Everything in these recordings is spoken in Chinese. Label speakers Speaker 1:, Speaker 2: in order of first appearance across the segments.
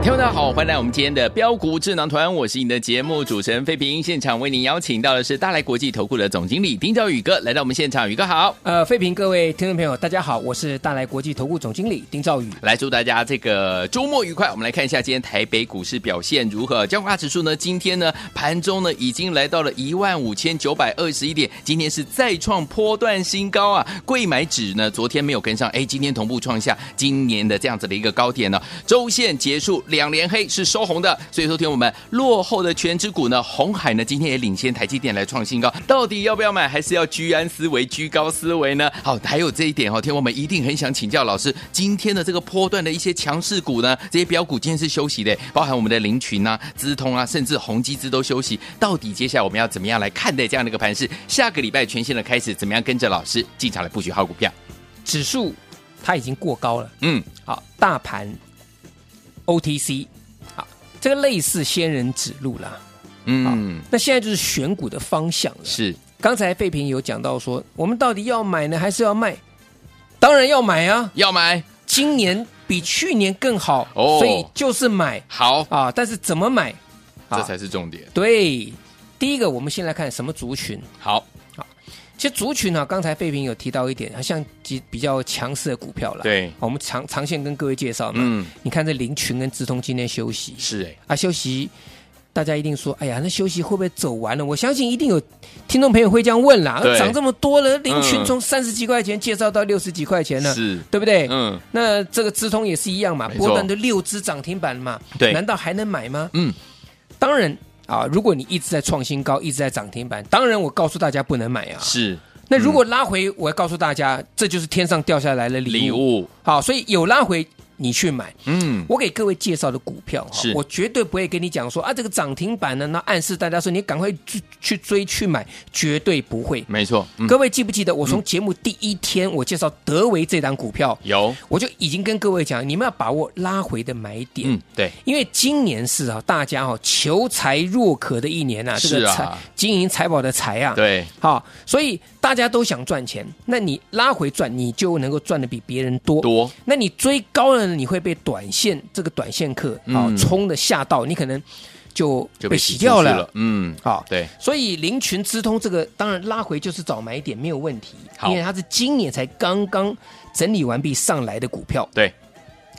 Speaker 1: 听众大家好，欢迎来我们今天的标股智囊团，我是你的节目主持人费平。现场为您邀请到的是大来国际投顾的总经理丁兆宇哥来到我们现场，宇哥好。
Speaker 2: 呃，废评各位听众朋友，大家好，我是大来国际投顾总经理丁兆宇。
Speaker 1: 来祝大家这个周末愉快。我们来看一下今天台北股市表现如何。加权指数呢，今天呢盘中呢已经来到了一万五千九百二十一点，今天是再创波段新高啊。贵买指呢昨天没有跟上，哎，今天同步创下今年的这样子的一个高点呢、周线结束两连黑是收红的，所以说听我们落后的全指股呢，红海呢今天也领先台积电来创新高，到底要不要买，还是要居安思危、居高思危呢？好，还有这一点哦，听我们一定很想请教老师，今天的这个波段的一些强势股呢，这些标股今天是休息的，包含我们的林群啊、资通啊，甚至宏基资都休息。到底接下来我们要怎么样来看待这样的一个盘势？下个礼拜全新的开始，怎么样跟着老师进场来布局好股票？
Speaker 2: 指数它已经过高了，
Speaker 1: 嗯，
Speaker 2: 好，大盘 OTC，好，这个类似仙人指路啦。
Speaker 1: 嗯，
Speaker 2: 那现在就是选股的方向了。
Speaker 1: 是，
Speaker 2: 刚才废评有讲到说，我们到底要买呢，还是要卖？当然要买啊，
Speaker 1: 要买
Speaker 2: 今年比去年更好，
Speaker 1: 哦
Speaker 2: 所以就是买
Speaker 1: 好，
Speaker 2: 啊。但是怎么买？
Speaker 1: 这才是重点。
Speaker 2: 对，第一个我们先来看什么族群。
Speaker 1: 好，
Speaker 2: 其实族群呢、啊，刚才费平有提到一点，好像比比较强势的股票了。
Speaker 1: 对
Speaker 2: 我们长长线跟各位介绍嘛。
Speaker 1: 嗯，
Speaker 2: 你看这林群跟直通今天休息
Speaker 1: 是哎，
Speaker 2: 啊，休息，大家一定说，哎呀，那休息会不会走完了？我相信一定有听众朋友会这样问啦啊
Speaker 1: 对，
Speaker 2: 涨这么多了，林群
Speaker 1: 嗯
Speaker 2: 从三十几块钱介绍到六十几块钱了，
Speaker 1: 是
Speaker 2: 对不对？
Speaker 1: 嗯，
Speaker 2: 那这个直通也是一样嘛，
Speaker 1: 没错
Speaker 2: 波段的六只涨停板嘛，
Speaker 1: 对
Speaker 2: 难道还能买吗？
Speaker 1: 嗯，
Speaker 2: 当然啊，如果你一直在创新高，一直在涨停板，当然我告诉大家不能买啊。
Speaker 1: 是
Speaker 2: 那如果拉回，我要告诉大家，这就是天上掉下来的
Speaker 1: 嗯礼
Speaker 2: 礼物。
Speaker 1: 物，
Speaker 2: 好，所以有拉回你去买。
Speaker 1: 嗯，
Speaker 2: 我给各位介绍的股票，哈
Speaker 1: 是
Speaker 2: 我绝对不会跟你讲说啊，这个涨停板呢，那暗示大家说你赶快去去追去买，绝对不会。
Speaker 1: 没错，嗯，
Speaker 2: 各位记不记得我从节目第一天我介绍德维这档股票，
Speaker 1: 有，
Speaker 2: 我就已经跟各位讲，你们要把握拉回的买点。
Speaker 1: 嗯，对，
Speaker 2: 因为今年是啊，大家哈求财若渴的一年呐、这
Speaker 1: 是
Speaker 2: 个
Speaker 1: 啊
Speaker 2: 财、金银财宝的财啊，
Speaker 1: 对，
Speaker 2: 好，所以大家都想赚钱，那你拉回赚，你就能够赚的比别人多。
Speaker 1: 多，
Speaker 2: 那你追高了呢，你会被短线这个短线客
Speaker 1: 嗯
Speaker 2: 啊冲的吓到，你可能就
Speaker 1: 就
Speaker 2: 被
Speaker 1: 洗
Speaker 2: 洗掉
Speaker 1: 出去
Speaker 2: 了。
Speaker 1: 嗯，
Speaker 2: 好，
Speaker 1: 对，
Speaker 2: 所以林群资通这个当然拉回就是找买点没有问题，
Speaker 1: 好
Speaker 2: 因为它是今年才刚刚整理完毕上来的股票，
Speaker 1: 对，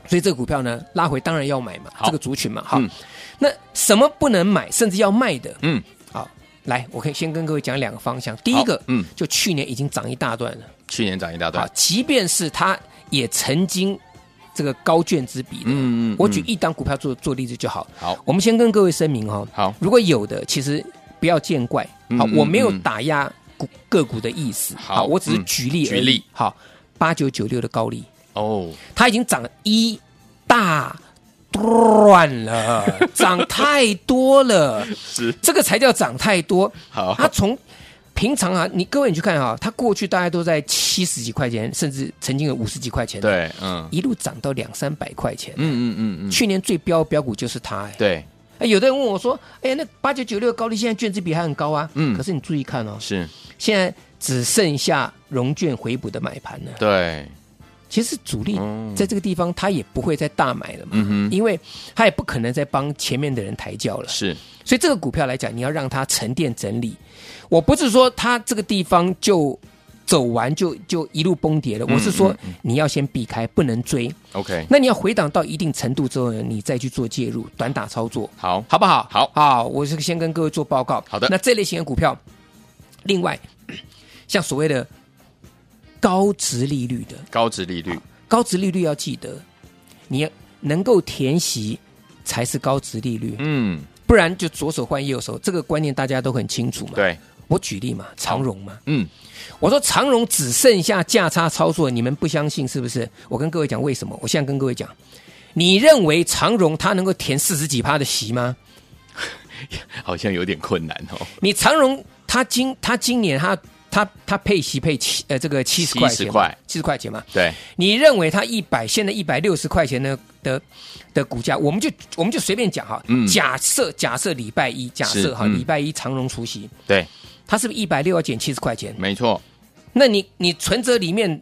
Speaker 2: 所以这个股票呢拉回当然要买嘛，
Speaker 1: 好
Speaker 2: 这个族群嘛，好
Speaker 1: 嗯，
Speaker 2: 那什么不能买，甚至要卖的，
Speaker 1: 嗯，
Speaker 2: 好，来，我可以先跟各位讲两个方向。第一个
Speaker 1: 好，嗯
Speaker 2: 就去年已经涨一大段了，
Speaker 1: 去年涨一大
Speaker 2: 好
Speaker 1: 段，，
Speaker 2: 即便是它也曾经这个高卷之比的，
Speaker 1: 嗯嗯嗯
Speaker 2: 我举一档股票做做例子就好。
Speaker 1: 好，
Speaker 2: 我们先跟各位声明哦，
Speaker 1: 好，
Speaker 2: 如果有的，其实不要见怪，好，
Speaker 1: 嗯嗯
Speaker 2: 我没有
Speaker 1: 嗯
Speaker 2: 打压股个股的意思，
Speaker 1: 好
Speaker 2: 我只是
Speaker 1: 嗯
Speaker 2: 举例而
Speaker 1: 举
Speaker 2: 已，
Speaker 1: 例
Speaker 2: 好，八九九六的高利，
Speaker 1: 哦，
Speaker 2: 它已经涨了一大段了，涨太多了，
Speaker 1: 是，
Speaker 2: 这个才叫涨太多。
Speaker 1: 好
Speaker 2: 它从平常啊，你各位你去看啊，它过去大概都在七十几块钱，甚至曾经有五十几块钱，，啊
Speaker 1: 对，嗯，
Speaker 2: 一路涨到两三百块钱。
Speaker 1: 嗯嗯嗯嗯，
Speaker 2: 去年最标标股就是它、哎
Speaker 1: 对，
Speaker 2: 哎有的人问我说：“哎呀，那八九九六高利现在卷子比还很高啊。”
Speaker 1: 嗯
Speaker 2: 可是你注意看哦，
Speaker 1: 是，
Speaker 2: 现在只剩下融券回补的买盘了。
Speaker 1: 对，
Speaker 2: 其实主力
Speaker 1: 嗯
Speaker 2: 在这个地方他也不会再大买了嘛，
Speaker 1: 嗯哼，
Speaker 2: 因为他也不可能再帮前面的人抬轿了。
Speaker 1: 是，
Speaker 2: 所以这个股票来讲，你要让它沉淀整理。我不是说它这个地方就走完就就一路崩跌了，
Speaker 1: 嗯
Speaker 2: 我是说
Speaker 1: 嗯
Speaker 2: 你要先避开，不能追。
Speaker 1: ，OK，
Speaker 2: 那你要回档到一定程度之后呢，你再去做介入，短打操作，
Speaker 1: 好，
Speaker 2: 好不好？
Speaker 1: 好
Speaker 2: 啊，我是先跟各位做报告。
Speaker 1: 好的
Speaker 2: 那这类型的股票，另外像所谓的高值利率的，
Speaker 1: 高值利率，
Speaker 2: 高值利率要记得，你能够填息才是高值利率，
Speaker 1: 嗯，
Speaker 2: 不然就左手换右手，这个观念大家都很清楚嘛。，
Speaker 1: 对，
Speaker 2: 我举例嘛，长荣嘛，
Speaker 1: 嗯，
Speaker 2: 我说长荣只剩下价差操作，你们不相信是不是？我跟各位讲为什么？我现在跟各位讲，你认为长荣它能够填四十几趴的席吗？
Speaker 1: 好像有点困难哦，
Speaker 2: 你长荣它今它今年它它它配息配七呃这个七十块
Speaker 1: 70
Speaker 2: 钱嘛，
Speaker 1: 块
Speaker 2: 七十块钱嘛，
Speaker 1: 对，
Speaker 2: 你认为它一百现在一百六十块钱的的的股价，我们就我们就随便讲哈，
Speaker 1: 嗯
Speaker 2: 假设假设礼拜一，假
Speaker 1: 是
Speaker 2: 设哈、
Speaker 1: 嗯
Speaker 2: 礼拜一长荣除夕，
Speaker 1: 对，
Speaker 2: 它是不是一百六要减七十块钱？
Speaker 1: 没错，
Speaker 2: 那你你存折里面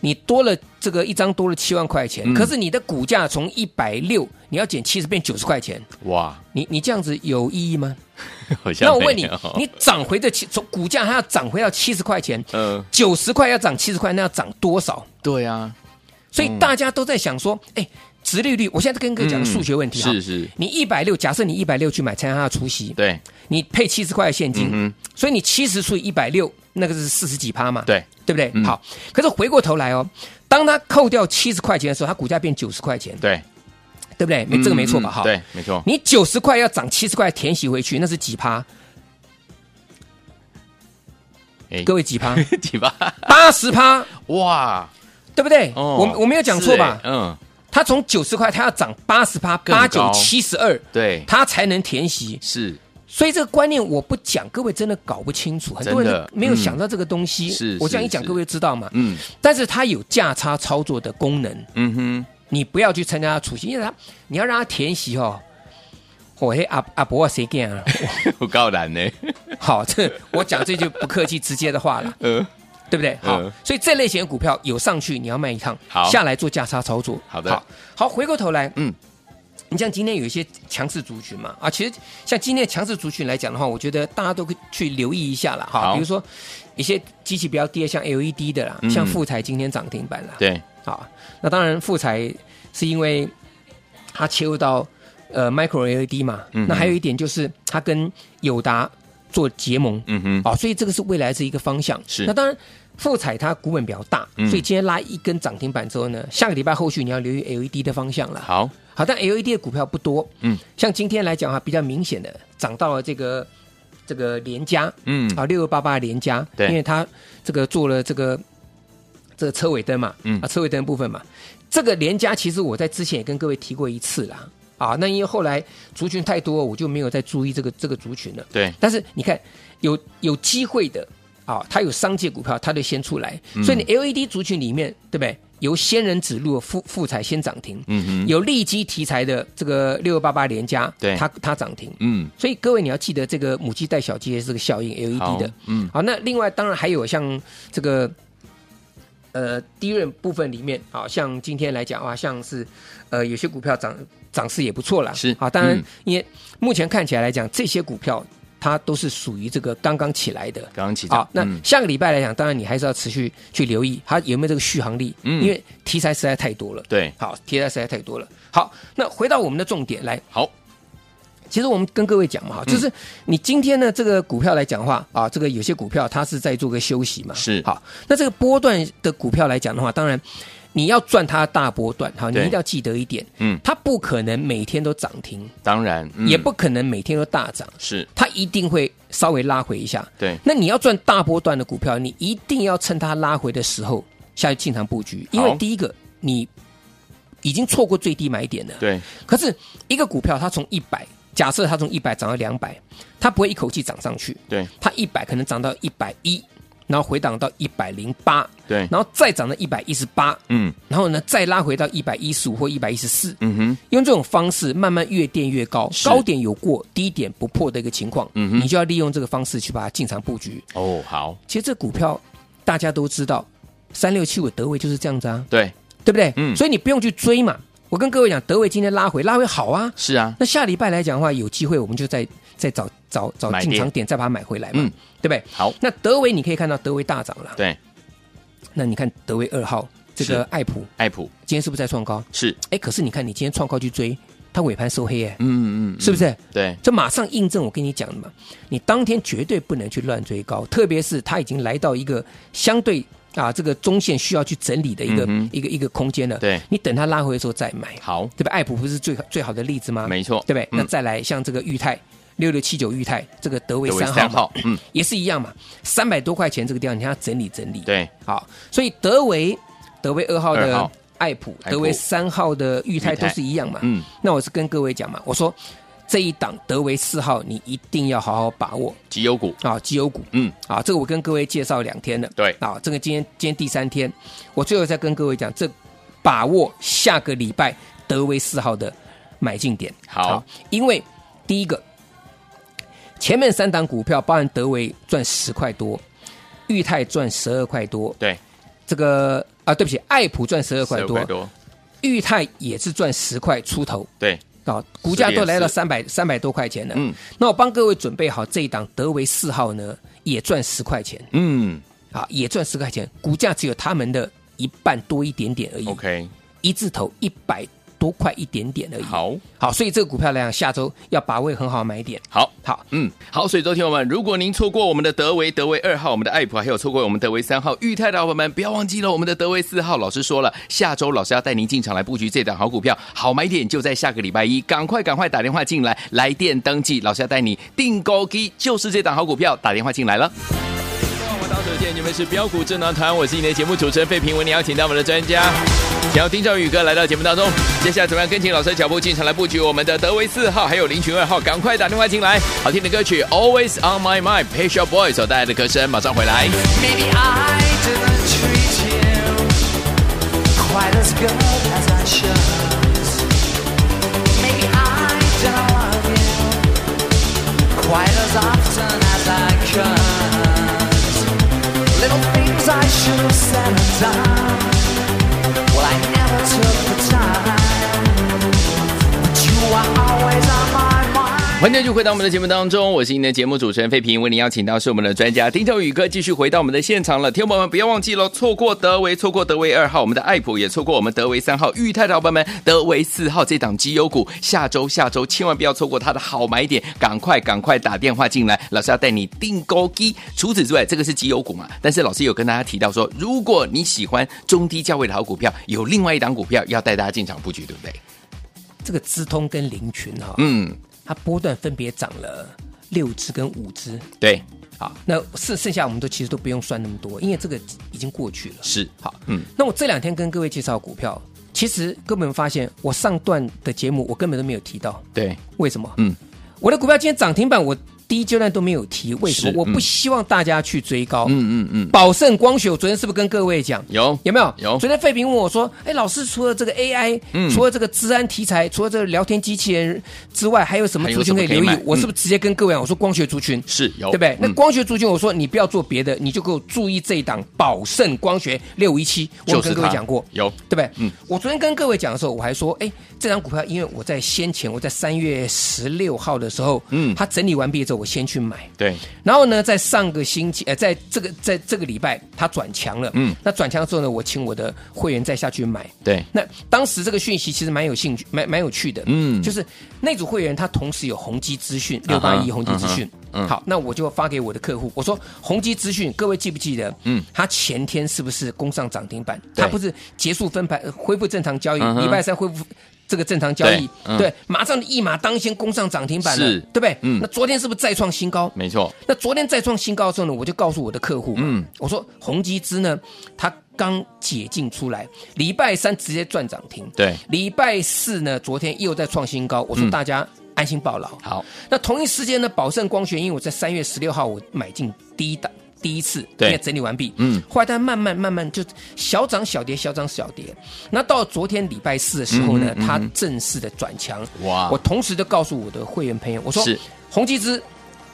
Speaker 2: 你多了这个一张多了七万块钱，
Speaker 1: 嗯
Speaker 2: 可是你的股价从一百六你要减七十变九十块钱，
Speaker 1: 哇，
Speaker 2: 你你这样子有意义吗？
Speaker 1: 好像
Speaker 2: 那我问你
Speaker 1: 没有，
Speaker 2: 你涨回这七从股价还要涨回到七十块钱，
Speaker 1: 呃，
Speaker 2: 九十块要涨七十块，那要涨多少？
Speaker 1: 对啊，
Speaker 2: 所以
Speaker 1: 嗯
Speaker 2: 大家都在想说，哎、殖利率，我现在跟各位讲
Speaker 1: 嗯
Speaker 2: 个数学问题哈、
Speaker 1: 是是，
Speaker 2: 你一百六，假设你一百六去买参加他的除夕，
Speaker 1: 对，
Speaker 2: 你配七十块的现金，
Speaker 1: 嗯
Speaker 2: 所以你七十除以一百六，那个是四十几趴嘛，
Speaker 1: 哼，，对，
Speaker 2: 对不对、
Speaker 1: 嗯
Speaker 2: 好，可是回过头来哦，当他扣掉七十块钱的时候，他股价变九十块钱，
Speaker 1: 对，
Speaker 2: 对不对？没这个没错吧？
Speaker 1: 嗯
Speaker 2: 哈、
Speaker 1: 对，没错，
Speaker 2: 你九十块要涨七十块填息回去，那是几趴？
Speaker 1: 哎
Speaker 2: 各位几趴？
Speaker 1: 几 吧，
Speaker 2: 八十趴，
Speaker 1: 哇，
Speaker 2: 对不对？
Speaker 1: 哦
Speaker 2: 我我没有讲错吧
Speaker 1: 是？哎嗯，
Speaker 2: 它从九十块，它要涨八十趴，
Speaker 1: 更
Speaker 2: 八
Speaker 1: 高
Speaker 2: 九七十二，
Speaker 1: 对，
Speaker 2: 它才能填息。
Speaker 1: 是
Speaker 2: 所以这个观念我不讲，各位真的搞不清楚，很多
Speaker 1: 真的
Speaker 2: 人没有
Speaker 1: 嗯
Speaker 2: 想到这个东西。
Speaker 1: 是
Speaker 2: 我这样一讲，
Speaker 1: 是
Speaker 2: 各位就知道嘛。
Speaker 1: 嗯
Speaker 2: 但是它有价差操作的功能，
Speaker 1: 嗯哼，
Speaker 2: 你不要去参加它除夕，因为它你要让它填息哦。我嘿阿阿伯啊谁干啊？
Speaker 1: 我告难呢，
Speaker 2: 好，这我讲这就不客气直接的话了，
Speaker 1: 呃，
Speaker 2: 对不对？好
Speaker 1: 嗯，
Speaker 2: 所以这类型的股票有上去你要卖一趟
Speaker 1: 好，
Speaker 2: 下来做价差操作。
Speaker 1: 好的
Speaker 2: 好，好，回过头来，
Speaker 1: 嗯
Speaker 2: 嗯，你像今天有一些强势族群嘛，啊，其实像今天的强势族群来讲的话，我觉得大家都可以去留意一下啦。
Speaker 1: 好
Speaker 2: 哈，比如说一些机器比较低的，像 LED 的啦，
Speaker 1: 嗯
Speaker 2: 像富彩今天涨停板啦，
Speaker 1: 对，
Speaker 2: 好，那当然富彩是因为它切入到呃 Micro LED 嘛，
Speaker 1: 嗯
Speaker 2: 那还有一点就是它跟友达做结盟，
Speaker 1: 嗯哼，
Speaker 2: 哦，所以这个是未来是一个方向。
Speaker 1: 是
Speaker 2: 那当然，富彩它股本比较大，
Speaker 1: 嗯
Speaker 2: 所以今天拉一根涨停板之后呢，下个礼拜后续你要留意 LED 的方向了。
Speaker 1: 好，
Speaker 2: 好，但 LED 的股票不多，
Speaker 1: 嗯，
Speaker 2: 像今天来讲哈，比较明显的涨到了这个这个联家
Speaker 1: 嗯，
Speaker 2: 啊，六六八八联家，
Speaker 1: 对
Speaker 2: 因为它这个做了这个这个车尾灯嘛，
Speaker 1: 嗯
Speaker 2: 啊，车尾灯部分嘛，这个联家其实我在之前也跟各位提过一次啦。啊，那因为后来族群太多，我就没有再注意这个这个族群了。
Speaker 1: 对，
Speaker 2: 但是你看，有有机会的啊，它有商界股票，它就先出来。
Speaker 1: 嗯
Speaker 2: 所以你 LED 族群里面，对不对？由仙人指路的富富彩先涨停，
Speaker 1: 嗯哼，
Speaker 2: 有利基题材的这个六六八八联家，
Speaker 1: 对
Speaker 2: 它它涨停。
Speaker 1: 嗯，
Speaker 2: 所以各位你要记得这个母鸡带小鸡的这个效应
Speaker 1: 好
Speaker 2: LED 的。，
Speaker 1: 嗯，
Speaker 2: 好，那另外当然还有像这个。呃，低润部分里面，啊，像今天来讲啊，像是呃有些股票涨涨势也不错啦。
Speaker 1: 是
Speaker 2: 啊，当然
Speaker 1: 嗯，
Speaker 2: 因为目前看起来来讲，这些股票它都是属于这个刚刚起来的。
Speaker 1: 刚刚起
Speaker 2: 好
Speaker 1: 涨，，
Speaker 2: 那
Speaker 1: 嗯
Speaker 2: 下个礼拜来讲，当然你还是要持续去留意它有没有这个续航力，
Speaker 1: 嗯
Speaker 2: 因为题材实在太多了。
Speaker 1: 对，
Speaker 2: 好，题材实在太多了。好，那回到我们的重点来，
Speaker 1: 好，
Speaker 2: 其实我们跟各位讲嘛，哈，
Speaker 1: 嗯
Speaker 2: 就是你今天呢这个股票来讲话啊，这个有些股票它是在做个休息嘛，
Speaker 1: 是
Speaker 2: 好。那这个波段的股票来讲的话，当然你要赚它的大波段，好，你
Speaker 1: 对
Speaker 2: 一定要记得一点，
Speaker 1: 嗯，
Speaker 2: 它不可能每天都涨停，
Speaker 1: 当然，嗯
Speaker 2: 也不可能每天都大涨，
Speaker 1: 是，
Speaker 2: 它一定会稍微拉回一下。
Speaker 1: 对，
Speaker 2: 那你要赚大波段的股票，你一定要趁它拉回的时候下去进场布局，因为
Speaker 1: 好
Speaker 2: 第一个你已经错过最低买点了。
Speaker 1: 对，
Speaker 2: 可是一个股票它从一百，假设它从一百涨到两百，它不会一口气涨上去，
Speaker 1: 对，
Speaker 2: 它一百可能涨到一百一，然后回档到一百零八，
Speaker 1: 对，
Speaker 2: 然后再涨到一百一十八，
Speaker 1: 嗯，
Speaker 2: 然后呢再拉回到一百一十五或一百一十四，
Speaker 1: 嗯哼，
Speaker 2: 用这种方式慢慢越垫越高，
Speaker 1: 是
Speaker 2: 高点有过，低点不破的一个情况，
Speaker 1: 嗯哼
Speaker 2: 你就要利用这个方式去把它进场布局。
Speaker 1: 哦，好，
Speaker 2: 其实这股票大家都知道，三六七五德维就是这样子啊，
Speaker 1: 对，
Speaker 2: 对不对？
Speaker 1: 嗯
Speaker 2: 所以你不用去追嘛。我跟各位讲，德维今天拉回，拉回好啊，
Speaker 1: 是啊，
Speaker 2: 那下礼拜来讲的话，有机会我们就再再找找找
Speaker 1: 买
Speaker 2: 进
Speaker 1: 点
Speaker 2: 场点，再把它买回来嘛，
Speaker 1: 嗯
Speaker 2: 对不对？
Speaker 1: 好，
Speaker 2: 那德维你可以看到德维大涨了，
Speaker 1: 对，
Speaker 2: 那你看德维二号这
Speaker 1: 是
Speaker 2: 个爱普
Speaker 1: 爱普
Speaker 2: 今天是不是在创高？
Speaker 1: 是，
Speaker 2: 哎，可是你看你今天创高去追，它尾盘收黑哎，
Speaker 1: 嗯嗯，嗯
Speaker 2: 是不？是？
Speaker 1: 对，
Speaker 2: 这马上印证我跟你讲的嘛，你当天绝对不能去乱追高，特别是它已经来到一个相对啊、啊这个中线需要去整理的一个、
Speaker 1: 嗯哼
Speaker 2: 一个一个空间了。
Speaker 1: 对
Speaker 2: 你等它拉回的时候再买，
Speaker 1: 好，
Speaker 2: 对吧？爱普不是最最好的例子吗？
Speaker 1: 没错
Speaker 2: 啊对不对？
Speaker 1: 嗯
Speaker 2: 那再来像这个裕泰六六七九裕泰，这个德维
Speaker 1: 德维
Speaker 2: 三号
Speaker 1: 三
Speaker 2: 嘛
Speaker 1: 号嗯，
Speaker 2: 也是一样嘛，三百多块钱这个地方你要整理整理，
Speaker 1: 对，
Speaker 2: 好，所以德维德维二号
Speaker 1: 二
Speaker 2: 的
Speaker 1: 号
Speaker 2: 爱普，
Speaker 1: 爱普
Speaker 2: 德维三号的裕
Speaker 1: 裕
Speaker 2: 泰
Speaker 1: 泰
Speaker 2: 都是一样嘛，
Speaker 1: 嗯，
Speaker 2: 那我是跟各位讲嘛，我说这一档德维四号你一定要好好把握
Speaker 1: 绩优股，
Speaker 2: 啊，绩优股，
Speaker 1: 嗯，
Speaker 2: 啊，这个我跟各位介绍两天了，
Speaker 1: 对
Speaker 2: 啊，这个今天今天第三天，我最后再跟各位讲，这把握下个礼拜德维四号的买进点，啊
Speaker 1: 好
Speaker 2: 因为第一个前面三档股票，包含德维赚十块多，裕泰赚十二块多，
Speaker 1: 对，
Speaker 2: 这个啊，对不起，爱普赚十二块
Speaker 1: 12
Speaker 2: 多，
Speaker 1: 多，
Speaker 2: 裕泰也是赚十块出头，
Speaker 1: 对，
Speaker 2: 啊，股价都来到
Speaker 1: 10.4
Speaker 2: 三百三百多块钱了。
Speaker 1: 嗯
Speaker 2: 那我帮各位准备好这一档德维四号呢，也赚十块钱
Speaker 1: 嗯
Speaker 2: 啊，也赚十块钱，股价只有他们的一半多一点点而已
Speaker 1: ，OK，
Speaker 2: 一字头一百多块一点点而已。，
Speaker 1: 好。
Speaker 2: 好，所以这个股票来讲，下周要把握很好的买点。
Speaker 1: 好，
Speaker 2: 好，
Speaker 1: 嗯，好，所以昨天我们，如果您错过我们的德维、德维二号、我们的爱普，还有错过我们德维三号、裕泰的伙伴们，不要忘记了我们的德维四号。老师说了，下周老师要带您进场来布局这档好股票，好买点就在下个礼拜一，赶快赶快打电话进来，来电登记，老师要带你订购机，就是这档好股票，打电话进来了。我们当首见，你们是标股智囊团，我是你的节目主持人费平，为你邀请到我们的专家，然后丁兆宇哥来到节目当中。接下来怎么样跟紧老师的脚步进场来布局我们的德维四号，还有林群二号？赶快打电话进来，好听的歌曲《Always on My Mind》，Pet Shop Boys 所带来的歌声，马上回来。
Speaker 3: Maybe I didn't treat you quite as good as I should. Maybe I don't love you quite as often as I could. Little things I should have said and done. Well, I never took the time. But you are always on my mind.
Speaker 1: 欢迎继续回到我们的节目当中，我是您的节目主持人费平，为您邀请到是我们的专家丁兆宇哥，继续回到我们的现场了。听众朋友们，不要忘记喽，错过德维，错过德维二号，我们的爱普也错过我们德维三号，裕泰的伙伴们，德维四号这档绩优股，下周下周千万不要错过它的好买点，赶快赶快打电话进来，老师要带你订购机。除此之外，这个是绩优股嘛，但是老师有跟大家提到说，如果你喜欢中低价位的好股票，有另外一档股票要带大家进场布局，对不对？
Speaker 2: 这个资通跟林群哈、
Speaker 1: 嗯，
Speaker 2: 它波段分别涨了六只跟五只，
Speaker 1: 对，
Speaker 2: 好，那剩剩下我们都其实都不用算那么多，因为这个已经过去了。
Speaker 1: 是
Speaker 2: 好，
Speaker 1: 嗯
Speaker 2: 嗯，那我这两天跟各位介绍股票，其实各位有没有发现，我上段的节目我根本都没有提到，
Speaker 1: 对，
Speaker 2: 为什么？
Speaker 1: 嗯，
Speaker 2: 我的股票今天涨停板，我第一阶段都没有提，为什么？
Speaker 1: 是
Speaker 2: 我
Speaker 1: 嗯
Speaker 2: 不希望大家去追高。
Speaker 1: 嗯嗯嗯，
Speaker 2: 宝盛光学，我昨天是不是跟各位讲？
Speaker 1: 有
Speaker 2: 有没有？
Speaker 1: 有
Speaker 2: 昨天费平问我说：“哎，老师，除了这个 AI，、
Speaker 1: 嗯
Speaker 2: 除了这个治安题材，除了这个聊天机器人之外，还有什么
Speaker 1: 还有
Speaker 2: 族群
Speaker 1: 什么
Speaker 2: 可以留
Speaker 1: 可以
Speaker 2: 意
Speaker 1: 买？”嗯
Speaker 2: 我是不是直接跟各位讲？我说光学族群
Speaker 1: 是有
Speaker 2: 对不对？那
Speaker 1: 嗯
Speaker 2: 光学族群，我说你不要做别的，你就给我注意这一档宝盛光学六一七，我有
Speaker 1: 就是
Speaker 2: 跟各位
Speaker 1: 它
Speaker 2: 讲过，
Speaker 1: 有
Speaker 2: 对不对？
Speaker 1: 嗯
Speaker 2: 我昨天跟各位讲的时候，我还说，哎，这张股票，因为我在先前我在三月十六号的时候，
Speaker 1: 嗯
Speaker 2: 它整理完毕之后，我先去买，
Speaker 1: 对，
Speaker 2: 然后呢，在上个星期，呃，在这个在这个礼拜，它转强了。
Speaker 1: 嗯
Speaker 2: 那转强之后呢，我请我的会员再下去买。
Speaker 1: 对，
Speaker 2: 那当时这个讯息其实蛮有兴趣，蛮蛮有趣的。
Speaker 1: 嗯
Speaker 2: 就是那组会员他同时有宏基资讯
Speaker 1: 啊
Speaker 2: 六
Speaker 1: 哈
Speaker 2: 八一宏基资讯。
Speaker 1: 嗯
Speaker 2: 好，那我就发给我的客户，我说宏基资讯，各位记不记得？
Speaker 1: 嗯，
Speaker 2: 它前天是不是攻上涨停板？
Speaker 1: 对
Speaker 2: 它不是结束分盘，呃恢复正常交易，
Speaker 1: 嗯哼
Speaker 2: 礼拜三恢复。这个正常交易
Speaker 1: 对，嗯
Speaker 2: 对，马上一马当先攻上涨停板了，
Speaker 1: 是
Speaker 2: 对不对？
Speaker 1: 嗯
Speaker 2: 那昨天是不是再创新高？
Speaker 1: 没错，
Speaker 2: 那昨天再创新高的时候呢，我就告诉我的客户，
Speaker 1: 嗯
Speaker 2: 嗯，我说宏基资呢，它刚解禁出来，礼拜三直接赚涨停，
Speaker 1: 对嗯
Speaker 2: 礼拜四呢，昨天又在创新高，我说大家安心抱牢。
Speaker 1: 好，
Speaker 2: 那同一时间呢，宝盛光学，因为我在三月十六号我买进第一档。第一次，
Speaker 1: 对
Speaker 2: 因为整理完毕，
Speaker 1: 嗯
Speaker 2: 后来它慢慢慢慢就小涨小跌，小涨小跌。那到昨天礼拜四的时候
Speaker 1: 嗯哼
Speaker 2: 呢，
Speaker 1: 嗯哼
Speaker 2: 它正式的转强。
Speaker 1: 哇
Speaker 2: 我同时就告诉我的会员朋友，我说
Speaker 1: 啊是
Speaker 2: 宏基资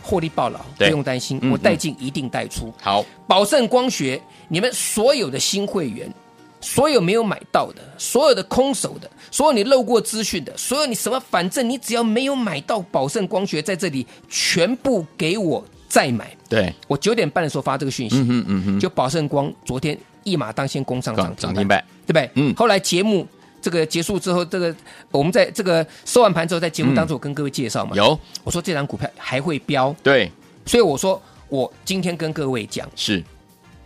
Speaker 2: 获利爆牢，不
Speaker 1: 对
Speaker 2: 用担心，
Speaker 1: 嗯
Speaker 2: 我带进一定带出。
Speaker 1: 好，
Speaker 2: 宝盛光学，你们所有的新会员，所有没有买到的，所有的空手的，所有你漏过资讯的，所有你什么，反正你只要没有买到宝盛光学，在这里全部给我再买。
Speaker 1: 对，
Speaker 2: 我九点半的时候发这个讯息，
Speaker 1: 嗯哼嗯哼，
Speaker 2: 就宝盛光昨天一马当先攻上涨
Speaker 1: 涨
Speaker 2: 停
Speaker 1: 停
Speaker 2: 板，
Speaker 1: 板，
Speaker 2: 对不对？
Speaker 1: 嗯
Speaker 2: 后来节目这个结束之后，这个我们在这个收完盘之后，在节目当中我跟各位介绍嘛，
Speaker 1: 有，
Speaker 2: 我说这张股票还会飙，
Speaker 1: 对，
Speaker 2: 所以我说我今天跟各位讲。
Speaker 1: 是，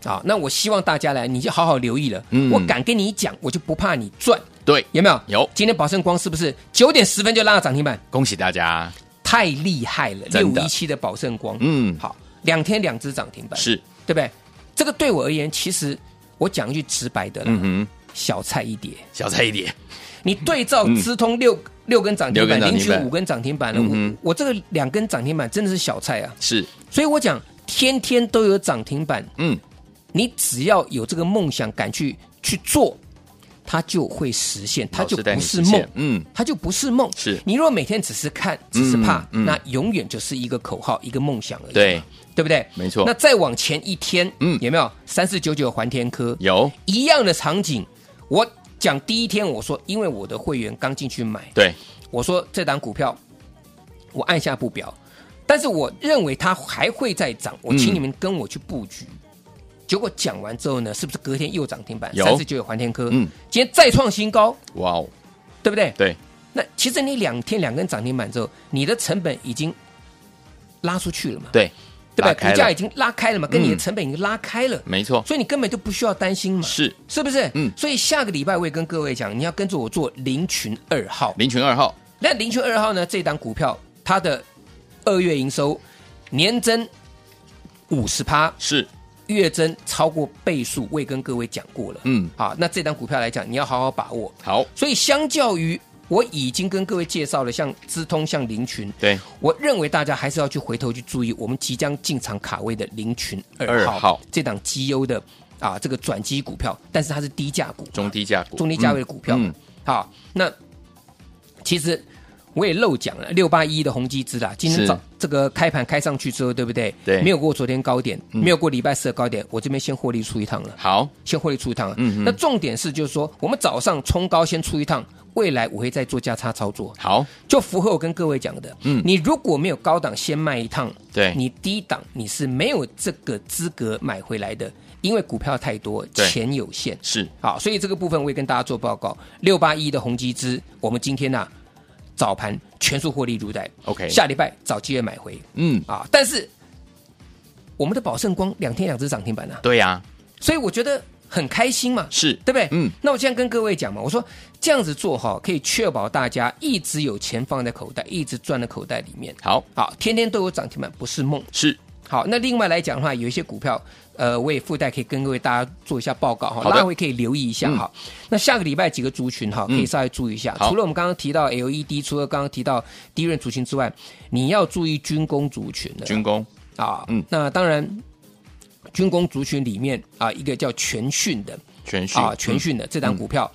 Speaker 2: 啊，那我希望大家来，你就好好留意了。
Speaker 1: 嗯
Speaker 2: 我敢跟你讲，我就不怕你赚，
Speaker 1: 对，
Speaker 2: 有没有？
Speaker 1: 有
Speaker 2: 今天宝盛光是不是九点十分就拉到涨停板？
Speaker 1: 恭喜大家，
Speaker 2: 太厉害了！六
Speaker 1: 真的
Speaker 2: 一七的宝盛光，
Speaker 1: 嗯
Speaker 2: 好，两天两只涨停板，
Speaker 1: 是，
Speaker 2: 对不对？这个对我而言，其实我讲一句直白的啦，
Speaker 1: 嗯哼，
Speaker 2: 小菜一碟。
Speaker 1: 小菜一碟，
Speaker 2: 你对照资通六、六根涨
Speaker 1: 嗯
Speaker 2: 停
Speaker 1: 六根
Speaker 2: 板，
Speaker 1: 涨
Speaker 2: 邻
Speaker 1: 停
Speaker 2: 居
Speaker 1: 板
Speaker 2: 五根涨停板了，
Speaker 1: 嗯
Speaker 2: 我我这个两根涨停板真的是小菜啊！
Speaker 1: 是，
Speaker 2: 所以我讲，天天都有涨停板，
Speaker 1: 嗯，
Speaker 2: 你只要有这个梦想，敢去去做，它就会实现，它
Speaker 1: 老
Speaker 2: 就
Speaker 1: 师带
Speaker 2: 不
Speaker 1: 你
Speaker 2: 是
Speaker 1: 实
Speaker 2: 梦
Speaker 1: 现，嗯，
Speaker 2: 它就不是梦。
Speaker 1: 是
Speaker 2: 你如果每天只是看，只是怕，
Speaker 1: 嗯嗯
Speaker 2: 那永远就是一个口号，一个梦想而已嘛，
Speaker 1: 对
Speaker 2: 对不对？
Speaker 1: 没错
Speaker 2: 那再往前一天，
Speaker 1: 嗯
Speaker 2: 嗯，有没有三四九九环天科
Speaker 1: 有，
Speaker 2: 一样的场景？我讲第一天我说，因为我的会员刚进去买，
Speaker 1: 对，
Speaker 2: 我说这档股票我按下不表，但是我认为它还会再涨，我请
Speaker 1: 嗯
Speaker 2: 你们跟我去布局。结果讲完之后呢，是不是隔天又涨停板？
Speaker 1: 有
Speaker 2: 三十九有环天科，
Speaker 1: 嗯，
Speaker 2: 今天再创新高，
Speaker 1: 哇哦，
Speaker 2: 对不对？
Speaker 1: 对，
Speaker 2: 那其实你两天两根涨停板之后，你的成本已经拉出去了嘛，
Speaker 1: 对，
Speaker 2: 对
Speaker 1: 打
Speaker 2: 吧？股
Speaker 1: 开
Speaker 2: 价
Speaker 1: 了
Speaker 2: 已，经拉开了嘛，跟你的
Speaker 1: 嗯
Speaker 2: 成本已经拉开了，
Speaker 1: 没错，
Speaker 2: 所以你根本就不需要担心嘛，
Speaker 1: 是
Speaker 2: 是不是？
Speaker 1: 嗯
Speaker 2: 所以下个礼拜我也跟各位讲，你要跟着我做零群二号，
Speaker 1: 林群二号，
Speaker 2: 那零群二号呢？这档股票它的二月营收年增五十趴，
Speaker 1: 是，
Speaker 2: 月增超过倍数，未跟各位讲过了。
Speaker 1: 嗯，
Speaker 2: 好，那这档股票来讲，你要好好把握。
Speaker 1: 好，
Speaker 2: 所以，相较于我已经跟各位介绍了，像资通、像林群，
Speaker 1: 对，
Speaker 2: 我认为大家还是要去回头去注意我们即将进场卡位的林群二号
Speaker 1: 二号
Speaker 2: 这档绩优的啊这个转机股票，但是它是低价股，
Speaker 1: 中低价股，
Speaker 2: 中低价位的股票。
Speaker 1: 嗯嗯
Speaker 2: 好，那其实我也漏讲了六八一的宏基资啦，今天早
Speaker 1: 是
Speaker 2: 这个开盘开上去之后，对不对？
Speaker 1: 对嗯
Speaker 2: 没有过昨天高点，没有过礼拜四的高点，我这边先获利出一趟了，
Speaker 1: 好，
Speaker 2: 先获利出一趟了。啊
Speaker 1: 嗯哼
Speaker 2: 那重点是就是说，我们早上冲高先出一趟。未来我会再做价差操作，
Speaker 1: 好，
Speaker 2: 就符合我跟各位讲的。
Speaker 1: 嗯
Speaker 2: 你如果没有高档先卖一趟，
Speaker 1: 对
Speaker 2: 你低档你是没有这个资格买回来的，因为股票太多，
Speaker 1: 对
Speaker 2: 钱有限。
Speaker 1: 是，
Speaker 2: 好，所以这个部分我也跟大家做报告。六八一的宏基资，我们今天呢、早盘全数获利入袋
Speaker 1: OK
Speaker 2: 下礼拜找机会买回
Speaker 1: 嗯，
Speaker 2: 啊。但是我们的宝盛光两天两只涨停板啊，
Speaker 1: 对呀，
Speaker 2: 所以我觉得很开心嘛，
Speaker 1: 是，
Speaker 2: 对不对？
Speaker 1: 嗯，
Speaker 2: 那我现在跟各位讲嘛，我说这样子做哈，可以确保大家一直有钱放在口袋，一直赚在口袋里面。
Speaker 1: 好，
Speaker 2: 好，天天都有涨停板不是梦。
Speaker 1: 是，
Speaker 2: 好，那另外来讲的话，有一些股票，呃，我也附带可以跟各位大家做一下报告
Speaker 1: 好
Speaker 2: 哈，
Speaker 1: 的嗯
Speaker 2: 拉回可以留意一下哈、那下个礼拜几个族群哈，可以稍微注意一下。
Speaker 1: 好
Speaker 2: 除了我们刚刚提到 LED，除了刚刚提到低润族群之外，你要注意军工族群的
Speaker 1: 军工，
Speaker 2: 啊。
Speaker 1: 嗯
Speaker 2: 那当然，军工族群里面啊，一个叫全讯的
Speaker 1: 全讯
Speaker 2: 啊，全，讯的这档股票，